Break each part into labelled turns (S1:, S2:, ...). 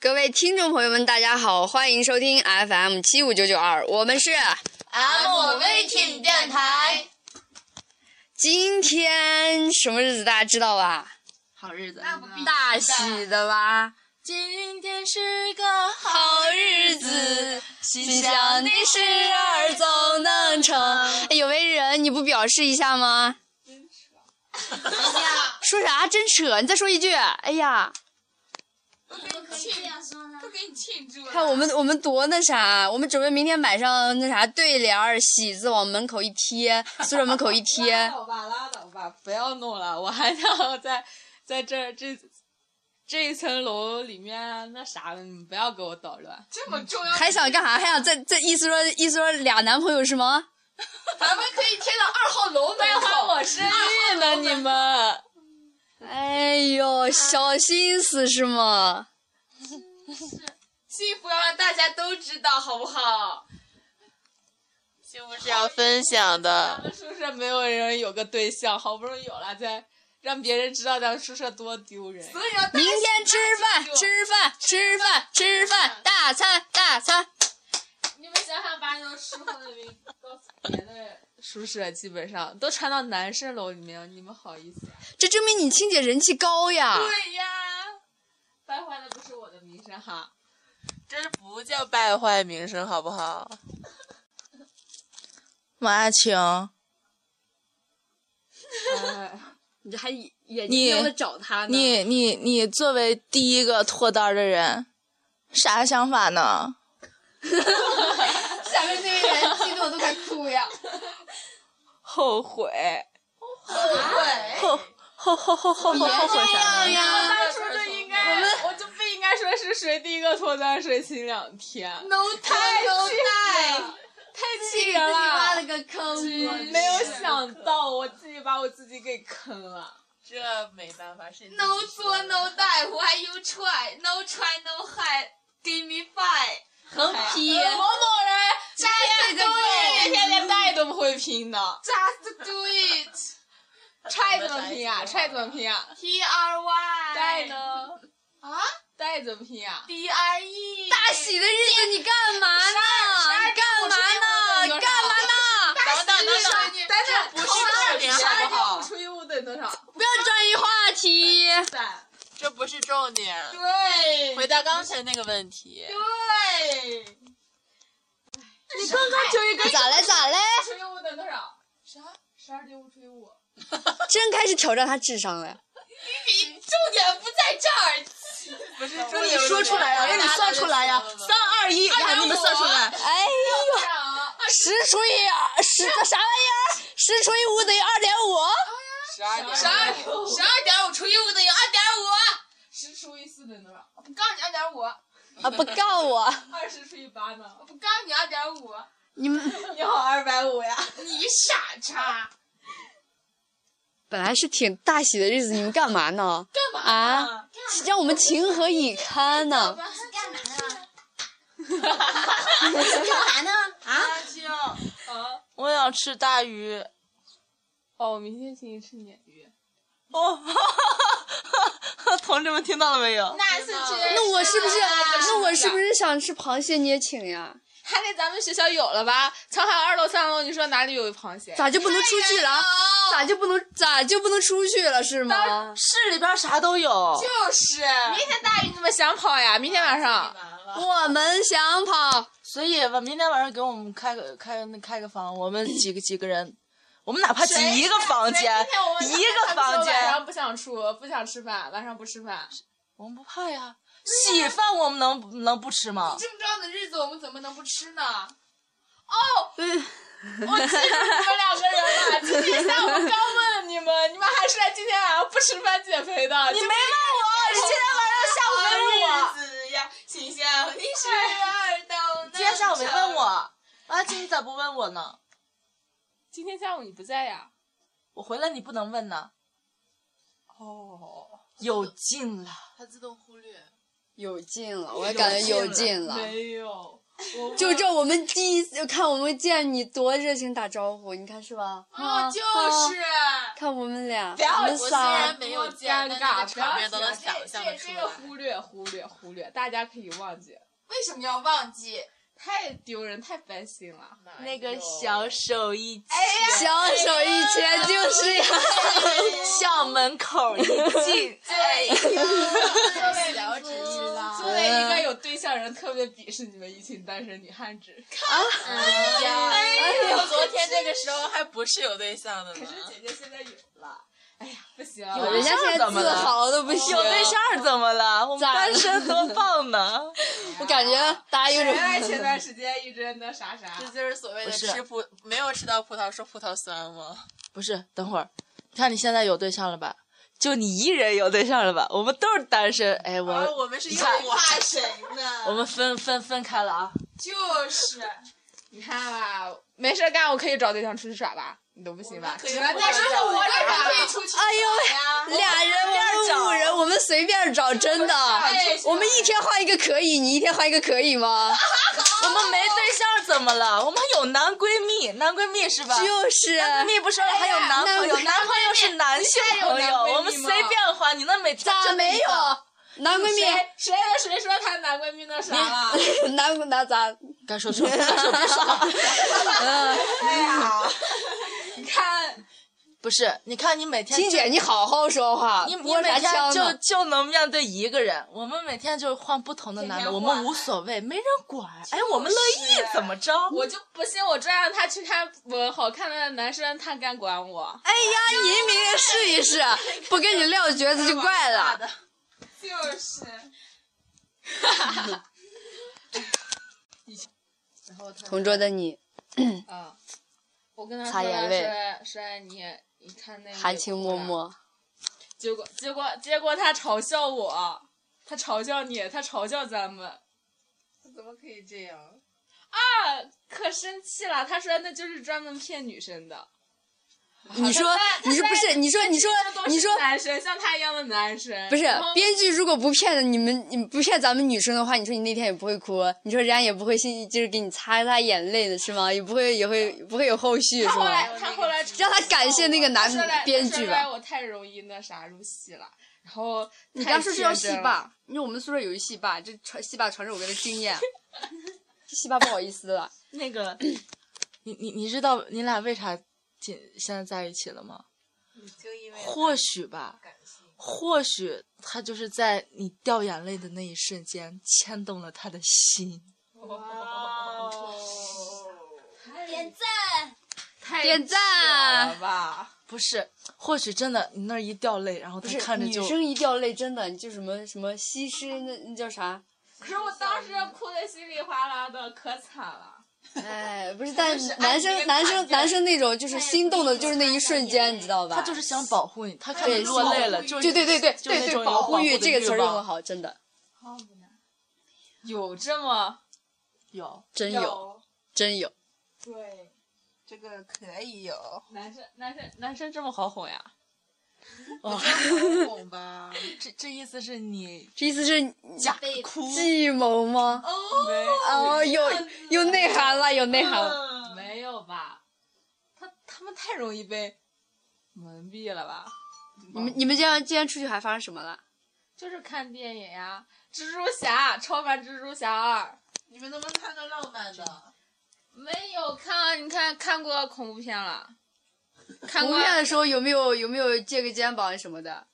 S1: 各位听众朋友们，大家好，欢迎收听 FM 七五九九二，我们是
S2: M V T 电台，
S1: 今天什么日子？大家知道吧？
S3: 好日子，
S1: 大喜的吧？
S3: 今天是个好日子，心
S1: 想
S3: 想
S1: 的
S3: 的
S1: 事
S3: 事
S1: 儿
S3: 儿
S1: 总能
S3: 总能
S1: 成
S3: 成。
S1: 哎有没人？你不表示一下吗？哎说啥？真扯！你再说一句。哎呀，
S3: 不给你庆祝
S1: 看我们我们多那啥，我们准备明天买上那啥对联儿、喜字往门口一贴，宿舍门口一贴
S2: 哎
S3: 拉。倒吧，拉倒吧，不要弄了，我还要在在这儿这这一层楼里面啊那啥，你不要给我捣乱。
S2: 这么重要，
S1: 还想干啥？还想再再一说一说俩男朋友是吗？
S2: 咱们可以贴到二号哦楼门
S3: 带坏
S2: 口。啊哦
S3: 我生日呢，你们。
S1: 哎呦，小心思是吗？
S2: 幸福要让大家都知道，好不好？
S4: 是要分享
S3: 咱
S4: 的。
S3: 们宿舍没有人有个对象，好不容易有了，再让别人知道咱们宿舍多丢人。
S2: 所以要大
S1: 明天吃 饭，吃饭，吃饭，吃饭，大餐，大餐。
S3: 你们想想，把你们师傅的名告诉别的宿舍，基本上都传到男生楼里面，你们好意思、
S1: 这证明你亲姐人气高呀！
S3: 对呀，败坏的不是我的名声哈。
S4: 这不叫败坏名声，好不 好？王阿晴，
S3: 哎
S1: 你这还眼
S4: 你
S1: 睛的找他呢。
S4: 你你你作为第一个脱单儿的人，啥想法呢？
S1: 想着这个人激动都快哭 呀！
S4: 后悔，
S2: 对，
S4: 后后后后后后后悔啥
S1: 哎
S4: 呢？
S1: 呀，
S3: 当初就应该，我就不应该说是谁第一个脱单，谁请两天。
S1: no time no time，
S3: 太
S1: 自
S3: 气
S1: 己
S3: 人
S4: 啊
S3: 啊
S1: 挖了
S3: 了，
S1: 个坑，
S3: 没有想到我自己把我自己给坑了。
S4: 这没办法，是
S2: No 做 no die, why you try? No try, no hide, give me five.
S1: 横批
S3: 某某人
S2: 这个
S3: 对，天连带都不会拼的。
S2: Just do it.
S3: try 怎么拼啊呀、t r y 怎么拼呀、
S2: T R Y.
S3: 带呢？
S2: 啊
S3: 带怎么拼啊呀、
S2: ？D I E.
S1: 大喜的日子你干嘛呢？你干嘛呢？干嘛呢？
S4: 等等等
S2: 你
S3: 但是
S4: 不是重点好不好
S3: 五除以五等于多少？
S1: 不要转移话题。
S3: 三。
S4: 这不是重点。
S3: 对
S4: 回答刚才那个问题，
S3: 对。你刚刚就一个
S1: 咋嘞咋嘞？
S3: 五除以五等于多少？啥？十二减五除以五。
S1: 真开始挑战他智商了。
S2: 重点不在这儿。
S4: 不是
S3: 那
S4: 重
S3: 你
S4: 点。
S3: 说出来呀那你算出
S4: 来呀，
S3: 三二一，让你们算出来。
S1: 哎呦，十除以二十个啥玩意儿？十除以五等于二点五。
S4: 十二点
S2: 十二十二点五除以五等于二点五，
S3: 十除以四等于多少？
S2: 我不告诉你二点五，我
S1: 啊，不告我，
S3: 二十除以八呢？
S2: 不告诉你二点五，
S1: 你们
S3: 你好，二百五呀。
S2: 你傻叉！
S1: 本来是挺大喜的日子，你们干嘛呢？干嘛啊？让我们情何以堪呢？
S2: 干嘛呢？
S4: 阿青，我想吃大鱼。
S3: 哦，我明天请你吃鲶鱼。
S4: 哦， 同志们听到了没有？
S2: 那是去
S1: 那我是不是？那我是不是想吃螃蟹？你也请呀？
S3: 还得咱们学校有了吧？沧海二楼、三楼，你说哪里有螃蟹？
S1: 咋就不能出去了？咋就不能咋就不能出去了是吗？
S4: 市里边啥都有。
S3: 就是，
S2: 明天大雨
S3: 你们想跑呀？明天晚上，
S1: 我们想跑，
S4: 所以吧，明天晚上给我们开个开个开个房，我们几个几个人，我们哪怕挤一个房间，一个房
S3: 晚
S4: 间，
S3: 上不想出，不想吃饭，晚上不吃饭。
S4: 我们不怕呀。喜饭我们能能不吃吗？
S2: 这么着的日子，我们怎么能不吃呢？
S3: 哦我记住你们两个人 了。今天下午刚问你们，你们还说今天晚上不吃饭减肥的。
S4: 你没问我，你今天晚上下午没问我，
S2: 子呀，心想你是二道难
S4: 今天下午没问我，阿青你咋不问我呢？
S3: 今天下午你不在呀？
S4: 我回来你不能问呢，
S3: 哦，
S4: 有劲了。
S2: 他自动忽略。
S1: 有劲了，我也感觉有劲了。
S3: 没有，
S1: 就这，我们第一次看我们见你多热情打招呼，你看是吧？
S3: 啊
S2: 哦，就是。
S1: 看我们俩，
S2: 不要
S1: 我们
S2: 我虽
S1: 仨
S2: 然
S1: 儿，
S2: 没
S5: 没
S2: 有
S5: 有
S2: 见
S5: 见，
S2: 但
S5: 但那
S2: 那个
S5: 个
S2: 场
S5: 场
S2: 面
S5: 面
S2: 都
S5: 都
S2: 能
S5: 能
S2: 想
S5: 想
S2: 象
S5: 象
S2: 得
S5: 的
S2: 出
S5: 出
S2: 来
S5: 来。
S2: 这个
S3: 忽略忽略忽略，大家可以忘记，
S2: 为什么要忘记？
S3: 太丢人，太烦心了。
S2: 嗯
S4: 那个小手一牵，
S1: 小手一牵就是呀。
S4: 校门口 一进，
S2: 哎呀，
S5: 对了之
S3: 作
S5: 了。
S3: 为一个有对象人，特别鄙视你们一群单身女汉子。
S5: 哎呀，哎呦，昨天这个时候还不是有对象的
S3: 可
S5: 呢
S3: 是。姐姐现在有了，哎呀，不行啊，
S4: 有
S1: 人家现在自豪的不行，
S4: 有对象儿怎么了？我们
S1: 咋了
S4: 单身多棒呢！
S1: 我感觉大家有
S3: 原
S1: 种
S3: 来前段时间一直那啥啥
S5: 这，就是所谓的
S4: 不是
S5: 吃葡没有吃到葡萄说葡萄酸吗？
S4: 不是，等会儿，看你现在有对象了吧？就你一人有对象了吧？我们都是单身。哎，我、
S5: 啊而我们是因为
S4: 看
S5: 我
S2: 怕谁呢？
S4: 我们分分分开了啊！
S2: 就是，
S3: 你看吧，没事干我可以找对象出去耍吧，你都不行吧？
S5: 可以
S3: 那
S2: 但是我这人可以出去
S1: 哎呦喂
S2: 呀。
S1: 俩人，我们五人，我们随便找，真的
S2: 哎。
S1: 我们一天换一个可以，你一天换一个可以吗？
S4: 我们没对象怎么了？我们有男闺蜜，男闺蜜是吧？
S1: 就是，哎
S4: 男闺蜜不说了，还有男朋友，
S1: 男
S4: 男朋友是男性
S3: 男闺
S4: 朋
S3: 蜜吗
S4: 友，我们随便花。你那每天
S1: 咋
S4: 真
S1: 没
S4: 地道
S1: 有？男闺蜜，
S3: 谁谁的谁说她男闺蜜那啥了？
S1: 男男咋？
S4: 该说说，该说别说。
S1: 嗯，
S3: 哎呀，你看，
S4: 不是，你看你每天
S1: 金姐，你好好说话，
S4: 你你
S1: 播啥
S4: 每天
S1: 腔
S4: 就
S1: 呢？
S4: 就能面对一个人，我们每天就换不同的男的，
S3: 天
S4: 我
S3: 天换
S4: 们无所谓，没人管。哎，我们乐意怎么着？
S3: 我就不信我这让她去看我好看的男生，她敢管我？
S1: 哎呀，你明明试一试，不跟你撂蹶子就怪了。
S2: 就是，
S1: 同桌的你，
S3: 啊，我跟她
S1: 嗯擦
S3: 说
S1: 眼
S3: 了
S1: 泪
S3: 说说你，你看那个
S1: 含情脉
S3: 哭了。
S1: 脉，
S3: 结果结果结果她嘲笑我，她嘲笑你，她嘲笑咱们。
S5: 怎么可以这样？
S3: 啊，可生气了。他说那就是专门骗女生的。
S1: 你说
S3: 他在，
S1: 你说不是？你说，你说
S3: 他都，是
S1: 你说，
S3: 男生像他一样的男生
S1: 不是
S3: 然后
S1: 编剧，如果不骗你们，你不骗咱们女生的话，你说你那天也不会哭，你说人家也不会心，就是给你擦擦眼泪的是吗？也不会，也会不会有后续是
S3: 他后
S1: 吗？
S3: 来他后来
S1: 让他感谢那个男
S3: 说来
S1: 编剧
S3: 说来
S1: 吧。
S3: 我太容易那啥入戏了，然后
S1: 你
S3: 太
S1: 刚说是要戏
S3: 天真了，
S1: 霸，因为我们宿舍有一戏霸，这传戏霸传授我们的经验。戏霸不好意思了，
S4: 那个，你你你知道你俩为啥现现在在一起了吗？
S5: 就因为
S4: 或许吧，或许他就是在你掉眼泪的那一瞬间牵动了他的心。
S3: 哦
S2: 点赞，
S3: 太
S1: 点赞
S3: 扯了吧？
S4: 不是，或许真的你那儿一掉泪，然后
S1: 不
S4: 他
S1: 是
S4: 看着
S1: 女
S4: 就
S1: 生一掉泪，真的就什么什么西施那那叫啥？
S3: 可是我当时哭的稀里哗啦的，可惨了。
S1: 哎，不是，但
S3: 就是按
S1: 男
S3: 那个
S1: 生男
S3: 卡
S1: 生
S3: 片
S1: 男生那种就是心动的，就是那一瞬间，
S2: 对
S1: 你知道吧？
S4: 他就是想保护你，他看
S1: 对
S4: 你落泪了，
S2: 保护欲
S1: 对
S4: 就
S1: 对对对
S4: 就
S1: 对
S4: 那
S1: 对，
S4: 种
S1: 保
S4: 保
S1: 护
S4: 护
S1: 欲
S4: 的
S1: 这个词儿
S4: 欲
S1: 用
S4: 望
S1: 的好，真的
S3: 有这么
S4: 有
S1: 真有真有。
S2: 对，
S5: 这个可以 有，
S3: 男生男生男生这么好哄呀？
S4: 哇，
S5: 哄吧。
S4: 这这意思是你
S1: 这意思是
S4: 假
S2: 被
S4: 哭
S1: 计谋吗？哦，有有内涵了，有内涵
S2: 嗯
S1: 了。
S3: 没有吧？他他们太容易被蒙蔽了吧？
S1: 你们你们今天今天出去还发生什么了？
S3: 就是看电影呀，《蜘蛛侠》超凡蜘蛛侠二
S5: 你们能不能看个浪漫的？
S3: 没有看，你看看过恐怖片了？看
S1: 红
S3: 过
S1: 面的时候有没有有没有借个肩膀什么的？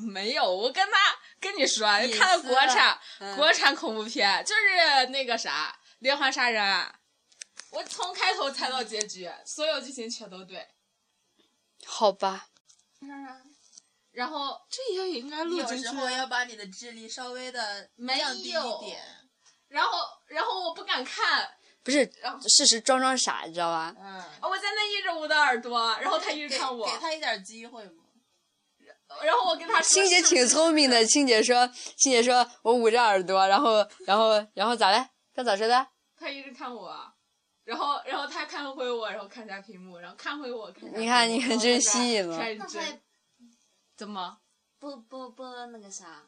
S3: 没有？我跟他跟你说，
S1: 隐私
S3: 看了国产、
S1: 嗯
S3: 国产恐怖片，就是那个啥《连环杀人案》，我从开头猜到结局，所有剧情全都对。
S1: 好吧，
S3: 然后
S4: 这也应该录
S5: 有
S4: 进去
S5: 时。候要把你的智力稍微的
S3: 没
S5: 降低
S3: 有
S5: 一点。
S3: 然后然后我不敢看，
S1: 不是
S3: 然后
S1: 事实装装傻，你知道吧？
S5: 嗯，
S3: 我在那一直捂着耳朵，然后他一直
S5: 给
S3: 看我，
S5: 给他一点机会嘛。
S3: 然后我跟他说，
S1: 青姐挺聪明的，青姐说，青姐说我捂着耳朵，然后然后然后咋了？刚咋说的？
S3: 他一直看我，然后然后他看回我，然后看下屏幕，然后看回我，看下
S1: 你看
S3: 屏幕
S1: 你看
S3: 然后
S1: 真
S3: 再
S1: 吸引了
S3: 看一
S2: 那
S3: 阵
S2: 还
S3: 怎么？
S2: 不不不那个啥，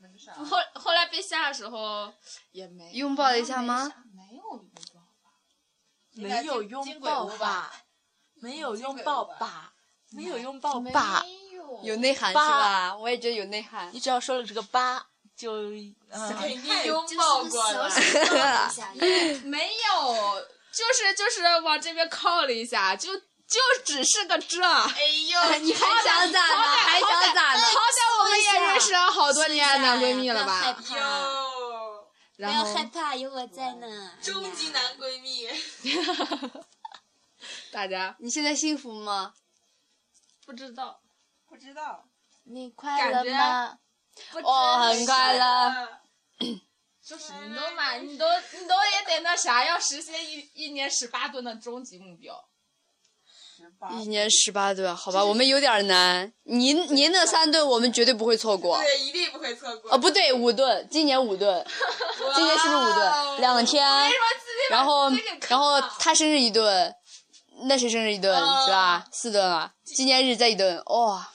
S5: 那个啥，
S3: 后后来被吓的时候也没
S1: 拥抱了一下吗？
S5: 没
S3: 抱一个就好吧？
S4: 没有拥抱吧？没有拥抱吧？没有拥抱吧？
S1: 有内涵是吧？我也觉得有内涵
S4: 你。只要说了这个“吧”，就嗯，
S5: 肯定拥抱过了。
S3: 没有，就是就是往这边靠了一下，就就只是个这。
S5: 哎呦，
S1: 你还想咋呢？还想咋呢？哎
S3: 好歹我们也认识了好多年男闺蜜了
S6: 不要害
S3: 吧？
S5: 哎
S6: 怕，不
S3: 然
S6: 要
S3: 后
S6: 害怕，有我在呢。
S5: 终极男闺蜜，
S3: 大家
S1: 你现在幸福吗？
S3: 不知道，
S2: 不知道，
S6: 你快乐
S3: 感
S6: 吗？
S1: 我很快乐。
S2: 嗯
S3: 就是
S2: 哎
S3: 你都满，你都你都也得那啥，要实现一一年十八吨的终极目标。
S4: 嗯
S1: 一年十八顿，好吧，我们有点难。您您那三顿我们绝对不会错过。
S5: 对，一定不会错过。
S1: 哦，不对，五顿，今年五顿，今年是不是五
S5: 哦
S1: 顿？两天，然后然后他生日一顿，那谁生日一顿
S5: 哦
S1: 是吧？四顿了，纪念日再一顿，哇、
S5: 哇，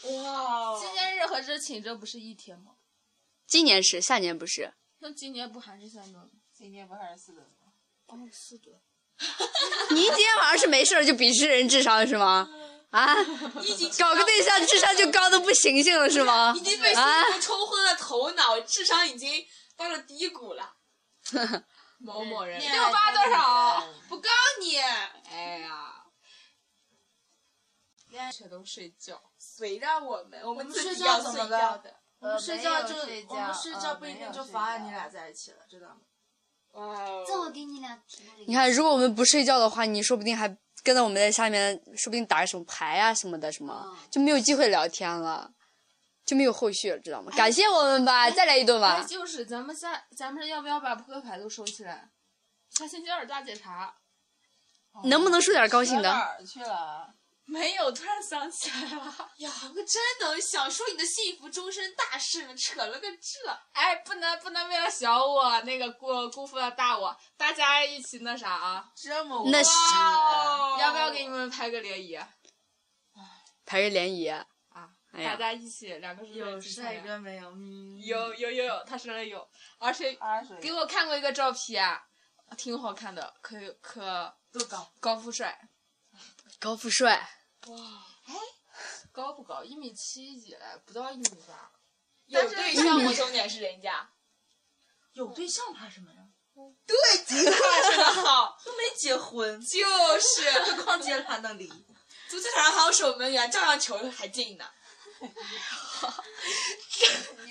S3: 纪念日和这请这不是一天吗？
S1: 今年是，下年不是？
S3: 那今年不还是三顿吗？
S2: 今年不还是四的吗？
S3: 哦，四顿。
S1: 您今天晚上是没事儿就鄙视人智商是吗？ 啊，搞个对象智商就高的不行行了是吗
S5: 已？经被幸
S1: 啊
S5: 福冲昏了头脑，智商已经到了低谷了。
S3: 某某人
S5: 嗯
S3: 六八多少？不告你。哎呀，恋爱全都睡觉，
S5: 谁让我们我们自
S4: 睡
S5: 己
S4: 觉
S5: 要
S4: 怎
S5: 睡
S4: 么
S5: 觉
S4: 了
S5: 的？
S4: 我们睡觉就
S6: 呃没有睡
S4: 我
S6: 觉
S4: 们睡觉不一定就妨
S6: 呃
S4: 碍你
S6: 没有睡觉
S4: 俩在一起了，知道吗？
S5: 哇哦！
S6: 这我给你俩提了一个
S1: 你看，如果我们不睡觉的话，你说不定还跟着我们在下面，说不定打个什么牌啊什么的，什么
S6: 嗯
S1: 就没有机会聊天了，就没有后续了，知道吗？感谢我们吧，再来一顿
S3: 哎，
S1: 吧。
S3: 就是咱们下，咱们要不要把扑克牌都收起来？下星期二大检查。
S1: 能不能说点高兴的？
S2: 哪儿去了？
S3: 没有，突然想起来了。
S5: 呀，我真能想说你的幸福终身大事呢，扯了个这。
S3: 哎，不能不能为了小我那个辜辜负了大我，大家一起那啥啊？
S2: 这么
S1: 那是
S5: 哦
S3: 要不要给你们拍个联谊？啊
S1: 排个联谊，哎呀
S3: 大家一起两个是
S4: 有帅哥没有？嗯，
S3: 有有有有，他说了有，而且
S2: 二水
S3: 给我看过一个照片，挺好看的，可可
S4: 多高？
S3: 高富帅，
S1: 高富帅，
S3: 高不高？一米七几来，不到一米八。
S5: 有对象我重点是人家。
S4: 有对象怕什么呀？
S5: 好，
S4: 都没结婚，
S5: 就是
S4: 何况结了还能离？
S5: 足球场上还有守门员，照样球还进呢。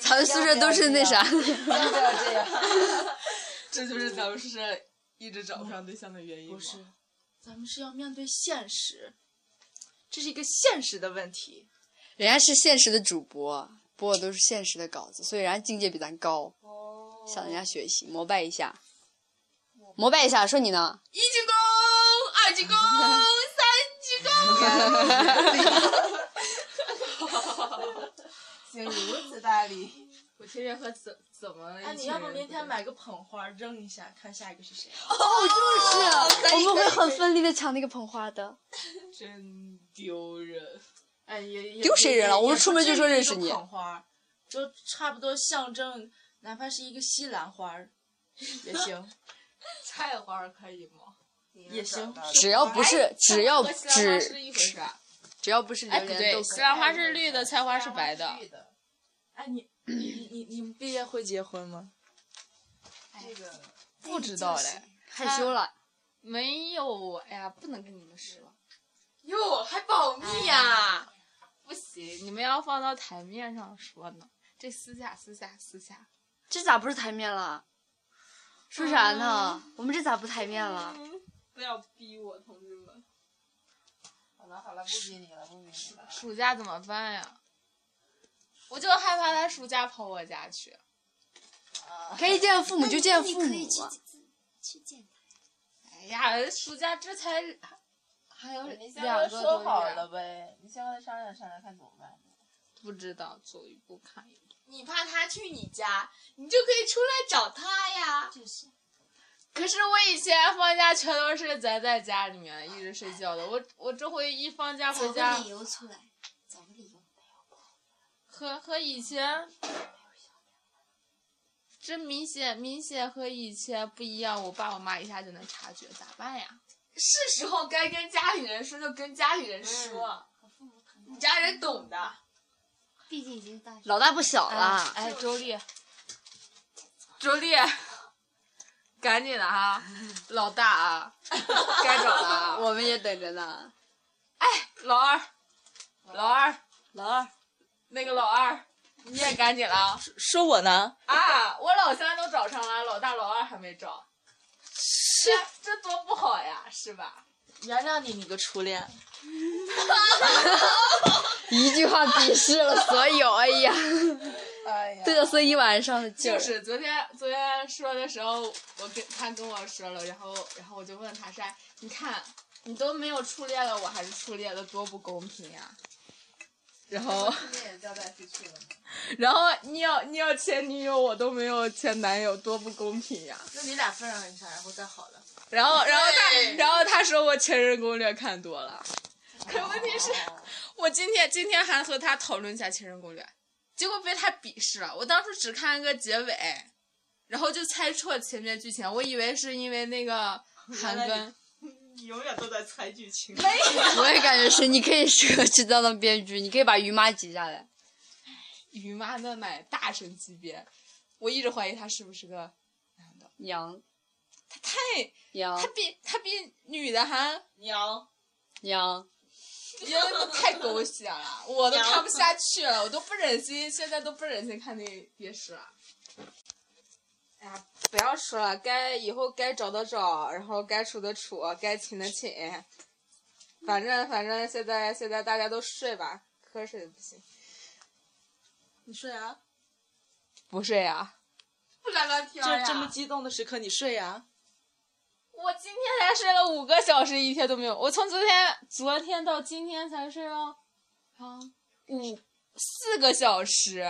S1: 咱们宿舍都是那啥，
S2: 真的这样，
S3: 这就是咱们宿舍一直找不上对象的原因
S4: 不是，咱们是要面对现实，这是一个现实的问题。
S1: 人家是现实的主播，播的都是现实的稿子，所以人家境界比咱高，向人家学习，膜拜一下，膜拜一下。说你呢？
S5: 一鞠躬，二鞠躬，三鞠躬。
S2: 竟如此大理。
S3: 我天天和怎怎么了一群人？
S4: 哎，你要不明天买个捧花扔一下，看下一个是谁？
S1: 哦，就是，我们会很奋力的抢那个捧花的。
S3: 真丢人。
S4: 哎，也也
S1: 丢谁人了我们出门就说认识你
S4: 也不至于一个捧花，就差不多象征，哪怕是一个西兰花儿也行，
S3: 菜花儿可以吗？
S4: 也行。
S1: 只要不是，只要
S3: 和西兰花
S1: 只
S3: 是一回事儿。
S1: 只哎要不是榴莲都可以。
S3: 兰花是绿的，菜花是白的。
S4: 哎，你你你你们毕业会结婚吗？
S2: 这个
S3: 不知道嘞，
S1: 害羞了，
S3: 没有。哎呀，不能跟你们说，哎
S5: 哟，还保密啊呀？
S3: 不行，你们要放到台面上说呢。这私下私下私下，
S1: 这咋不是台面了？说啥呢？我们这咋不台面了？
S5: 嗯不要逼我，同志们。
S2: 好了好了，不逼你了，不逼你了。
S3: 暑假怎么办呀？我就害怕他暑假跑我家去。
S1: 可以见父母就见父
S6: 那
S1: 母
S6: 你可以去
S1: 啊，
S6: 去见
S3: 哎呀，暑假这才还有
S2: 你先跟他
S3: 两个
S2: 说好
S3: 多
S2: 了
S3: 月，
S2: 呗，你先跟他商量商量看怎么办。
S3: 不知道走一步看一步。
S5: 你怕他去你家，你就可以出来找他呀。
S6: 就是
S3: 可是我以前放假全都是宅在家里面一直睡觉的，我我这回一放假回
S6: 找
S3: 家
S6: 个理由出来，找个理由。
S3: 和和以前这明显明显和以前不一样，我爸我妈一下就能察觉，咋办呀？
S2: 是时候该跟家里人说就跟家里人说，
S6: 嗯和父母谈
S2: 你家人懂的。
S6: 毕竟已经大学，
S1: 老大不小了，
S3: 哎，周丽，周丽，赶紧的啊，老大啊，该找了啊。
S1: 我们也等着呢。
S3: 哎，老二，老二，老二，那个老二，你也赶紧了啊！
S4: 说我呢？
S3: 啊，我老三都找上了，老大、老二还没找，是这多不好呀，是吧？
S4: 原谅你，你个初恋。
S1: 一句话鄙视了所有，哎呀，
S4: 哎呀
S1: 嘚瑟一晚上的劲
S3: 就
S1: 儿。
S3: 是昨天昨天说的时候，我跟他跟我说了，然后然后我就问他说，哎你看你都没有初恋了，我还是初恋了，多不公平呀！然后，然后你有你有前女友，我都没有前男友，多不公平呀！
S5: 那你俩分上一下，然后再好了。
S3: 然后，然后他，
S5: 对
S3: 然后他说我《前任攻略》看多了，可问题是，我今天今天还和他讨论一下《前任攻略》，结果被他鄙视了。我当初只看了个结尾，然后就猜错前面剧情，我以为是因为那个韩
S4: 原来
S3: 庚，
S5: 你永远都在猜剧情。
S1: 我也感觉是，你可以适合去当当编剧，你可以把于妈挤下来。
S3: 于妈那乃大神级别，我一直怀疑他是不是个男的，
S1: 娘
S3: 他太
S1: 娘
S3: 他比他比女的还
S5: 娘，
S1: 娘，
S3: 因为太狗血了，我都看不下去了，我都不忍心，现在都不忍心看那电视了。哎呀，不要说了，该以后该找的找，然后该处的处，该请的请，反正反正现在现在大家都睡吧，瞌睡不行，
S4: 你睡啊？
S3: 不睡啊？
S2: 不聊聊天
S4: 这
S2: 呀？
S4: 这么激动的时刻，你睡啊？
S3: 我今天才睡了五个小时，一天都没有。我从昨天昨天到今天才睡了，啊，五四个小时。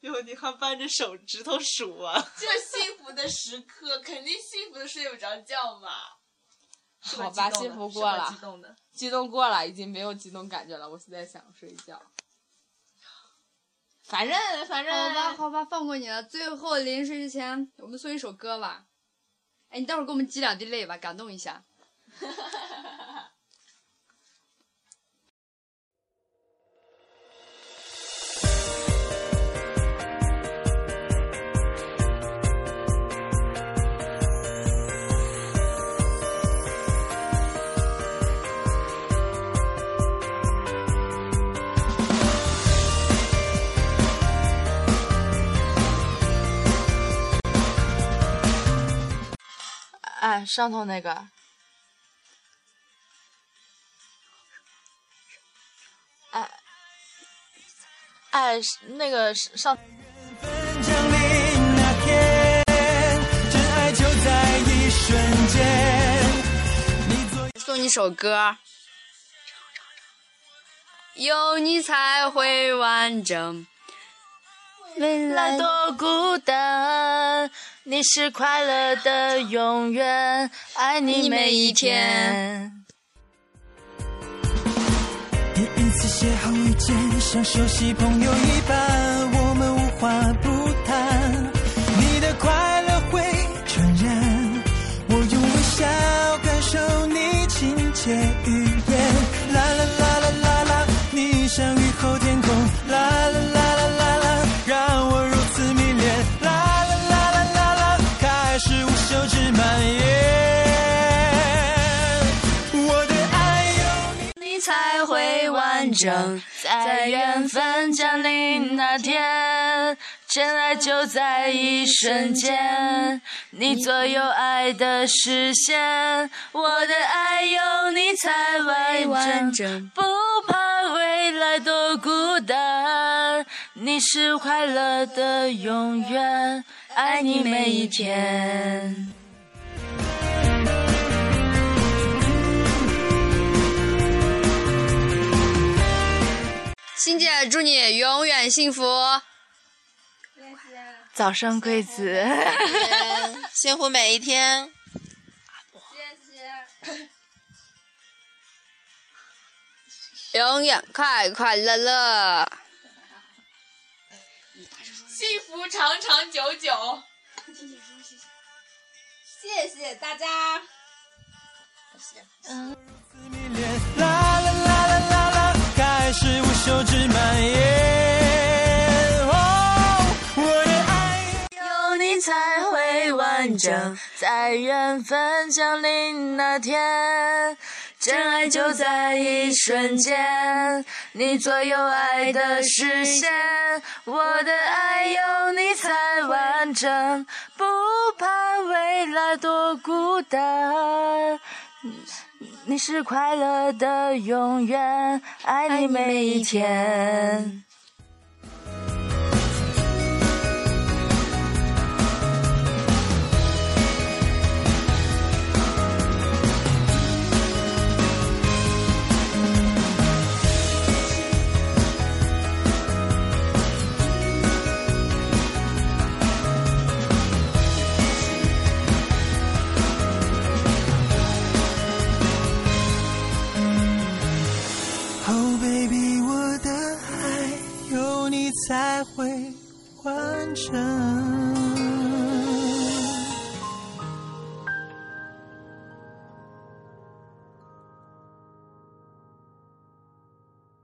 S5: 哟，你还扳着手指头数啊？
S2: 这幸福的时 刻，肯定幸福的睡不着觉嘛。
S3: 好吧，
S5: 是吧
S3: 幸福过了。
S5: 激动的，
S3: 激动过了，已经没有激动感觉了。我现在想睡觉。反正反正，
S1: 好吧，好吧，放过你了。最后临睡之前，我们送一首歌吧。哎，你待会儿给我们挤两滴泪吧，感动一下。
S4: 哎，上头那个，哎，哎，是那个是上。
S7: 降临那天，真爱就在一瞬间。
S1: 送你首歌。有你才会完整。
S4: 未来多孤单，你是快乐的永远，爱你每一天。
S7: 也因此邂逅遇见，像熟悉朋友一般，我们无话不谈。你的快乐会传染，我用微笑感受你亲切语言。啦啦啦啦啦啦，你像雨后天空。啦啦啦啦啦啦，让我如此迷恋。啦啦啦啦啦啦，开始无休止蔓延。我的爱有你。
S4: 你才会完整，在缘分降临那天，真爱就在一瞬间。你左右爱的视线，我的爱有你才完整，不怕未来多孤单，你是快乐的永远，爱你每一天。
S1: 欣姐，祝你永远幸福。
S4: 早生贵子。
S1: 嗯
S5: 幸福每一天。
S1: 永远快快乐乐。
S3: 幸福长长久久。
S8: 谢谢大家。
S7: 撕你脸，啦啦啦啦啦啦，开始无休止蔓延。哦，我的爱。
S2: 有你才会完整，在缘分降临那天，真爱就在一瞬间。你左右爱的视线，我的爱有你才完整，不怕未来多孤单。你是快乐的永远，爱你每一天。
S7: Oh baby，我的爱有你才会完整。